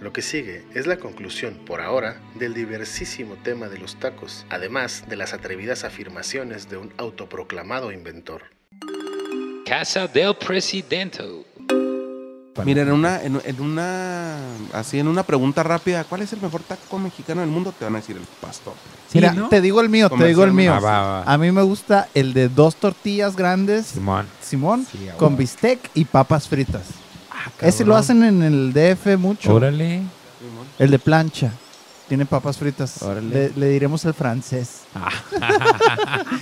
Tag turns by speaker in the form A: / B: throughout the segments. A: Lo que sigue es la conclusión, por ahora, del diversísimo tema de los tacos, además de las atrevidas afirmaciones de un autoproclamado inventor.
B: Casa del Presidente.
C: Mira, en una, en, en una, así en una pregunta rápida, ¿cuál es el mejor taco mexicano del mundo? Te van a decir el pastor.
D: Sí, Mira,
E: ¿no?
D: te digo el mío, te digo el mío.
E: Ah, va, va.
D: A mí me gusta el de dos tortillas grandes,
E: Simón.
D: Simón,
E: Sí, ah,
D: con
E: bueno.
D: bistec y papas fritas.
E: Ah,
D: Ese lo
E: cabrón.
D: hacen en el DF mucho.
E: Órale.
D: El de plancha. Tiene papas fritas.
E: Órale.
D: Le, le diremos el francés.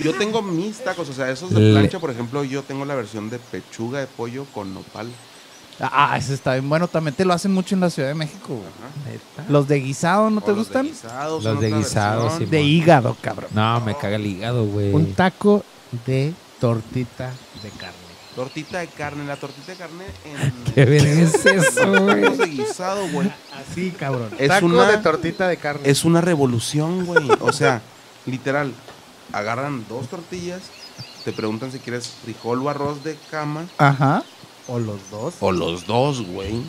C: Yo tengo mis tacos, o sea, esos de
E: Le-
C: plancha, por ejemplo, yo tengo la versión de pechuga de pollo con nopal.
D: Ah, ese está bien bueno. También te lo hacen mucho en la Ciudad de México. güey.
C: Ajá.
D: Los de guisado, ¿no
C: O
D: te
C: los
D: gustan?
C: De guisados,
E: Los
C: son
E: de
C: otra
E: guisados,
C: versión.
E: sí.
D: De hígado, cabrón.
E: No, me caga el hígado, güey.
F: Un taco de tortita de carne.
C: Tortita de carne, la tortita de carne en...
E: ¿Qué verga es eso, güey?
C: Tacos de guisado, güey.
F: Así, cabrón.
C: Es
F: taco
C: una-
F: de tortita de carne.
C: Es una revolución, güey. O sea, literal, agarran dos tortillas, te preguntan si quieres frijol o arroz de cama,
D: Ajá.
F: O los dos.
C: o los dos, güey.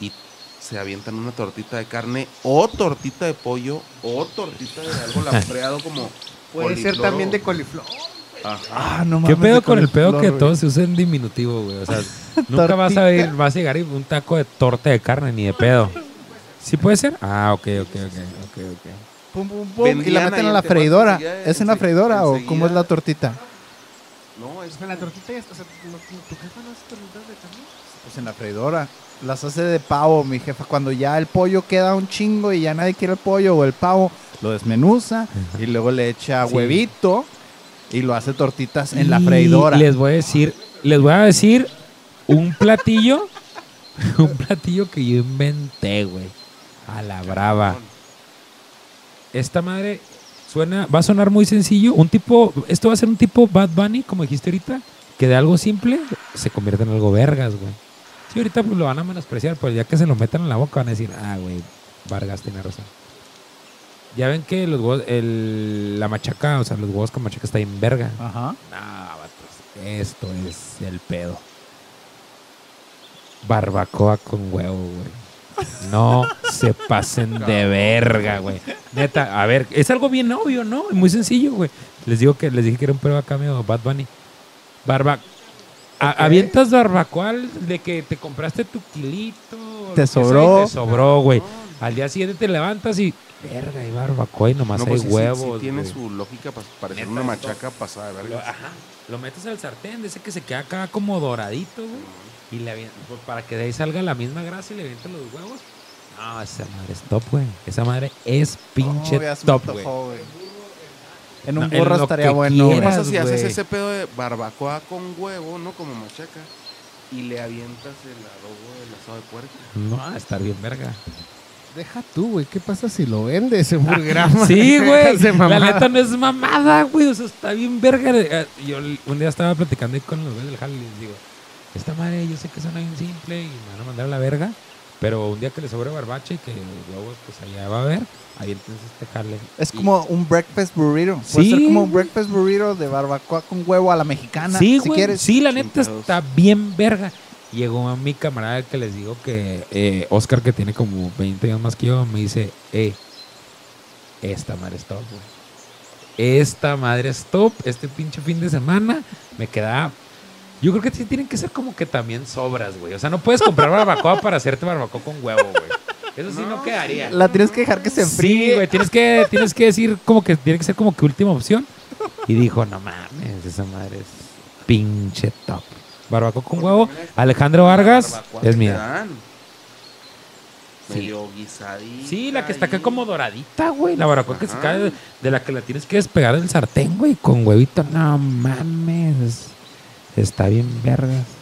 C: Y se avientan una tortita de carne, o tortita de pollo, o tortita de algo laureado como.
F: Puede ser
C: coliflor
F: también
C: o-
F: de coliflor.
C: Ajá.
D: Ah, no
E: ¿Qué
D: mames,
E: pedo
D: de
E: con el pedo
D: coliflor,
E: que
D: güey.
E: todo se usa en diminutivo, güey? O sea, nunca vas a ir, vas a llegar y un taco de torta de carne, ni de pedo. ¿Sí puede ser? Ah, ok, ok, ok, ok, ok.
D: Pum, pum, pum, y la
C: Vendían
D: meten
C: ahí
D: en
C: en Tepoztlán,
D: la freidora.
C: enseguida-
D: ¿Es en la
C: ense-
D: freidora o
C: enseguida-
D: cómo es la tortita?
C: No, es
F: La tortita es. O sea, no- ¿tu jefa no hace tortitas de carne?
D: Pues en la freidora. Las hace de pavo, mi jefa. Cuando ya el pollo queda un chingo y ya nadie quiere el pollo o el pavo, lo desmenuza y luego le echa
E: Sí.
D: huevito y lo hace tortitas en la
E: Y
D: freidora.
E: Les voy a decir, les voy a decir un platillo, un platillo que yo inventé, güey. A la brava. Esta madre suena, va a sonar muy sencillo. Un tipo, esto va a ser un tipo Bad Bunny, como dijiste ahorita, que de algo simple se convierte en algo vergas, güey. Sí, ahorita pues, lo van a menospreciar, pues ya que se lo metan en la boca van a decir, ah, güey, Vargas tiene razón. Ya ven que los huevos- el- la machaca, o sea, los huevos con machaca está en verga.
D: Ajá.
E: No, vatos, esto es el pedo. Barbacoa con huevo, güey. No se pasen de verga, güey. Neta, a ver, es algo bien obvio, ¿no? Muy sencillo, güey. Les digo que les dije que era un pedo acá medio Bad Bunny. Barba a- avientas barbacoa al- de que te compraste tu kilito. o lo
D: Te
E: que sea, y
D: sobró.
E: Te sobró, güey. Al día siguiente te levantas y verga, hay barbacoa y nomás
C: No,
E: hay
C: pues sí, sí,
E: huevos.
C: sí tiene
E: güey.
C: su lógica para parecer
E: Neta,
C: una
E: es
C: machaca pasada de
E: Lo,
C: verga.
E: ajá, lo metes al sartén, de ese que se queda acá como doradito, güey. Y le avien- pues, para que de ahí salga la misma grasa y le avientan los huevos. No, esa madre es top, güey. Esa madre es pinche
D: Oh, ya se me
E: top, güey.
D: antojó, güey. En un
E: No, en
D: burro
E: lo
D: estaría
E: que
D: bueno. güey.
E: quieras.
C: O sea, si
E: güey.
C: haces ese pedo de barbacoa con huevo, no como machaca, y le avientas el adobo del asado de puerco.
E: No, va a estar bien verga.
F: Deja tú, güey. ¿Qué pasa si lo vendes en burgrama?
E: Sí, güey.
F: Dejas de
E: La
F: mamada.
E: neta no es mamada, güey. O sea, está bien verga. Eh, Yo l- un día estaba platicando ahí con los güeyes del Jale y les digo, esta madre yo sé que suena bien simple y me van a mandar a la verga. Pero un día que les sobre barbache y que huevos, pues allá va a haber, ahí entonces este jale.
D: Es
E: Y-
D: como un breakfast burrito. Puede
E: Sí.
D: ser como un breakfast burrito de barbacoa con huevo a la mexicana.
E: Sí,
D: si
E: güey,
D: quieres.
E: Sí, la neta
C: Chingados.
E: está bien verga. Llegó a mi camarada que les digo que eh, Oscar, que tiene como 20 años más que yo, me dice, eh, esta madre es top, güey. Esta madre es top. Este pinche fin de semana me queda... Yo creo que sí tienen que ser como que también sobras, güey. O sea, no puedes comprar barbacoa para hacerte barbacoa con huevo, güey. Eso sí no, quedaría.
D: La tienes que dejar que se enfríe.
E: Sí, güey, tienes que, tienes que decir como que tiene que ser como que última opción. Y dijo, no mames, esa madre es pinche top. Barbacoa con huevo, Alejandro Vargas
C: Barbacoa
E: es
C: que te
E: mía.
C: dan.
E: Sí.
C: Medio guisadita.
E: Sí, la que está acá
C: ahí.
E: como doradita, güey. La barbacoa que se
C: Ajá.
E: cae de, de la que la tienes que despegar del sartén, güey, con huevito. No mames. Está bien vergas.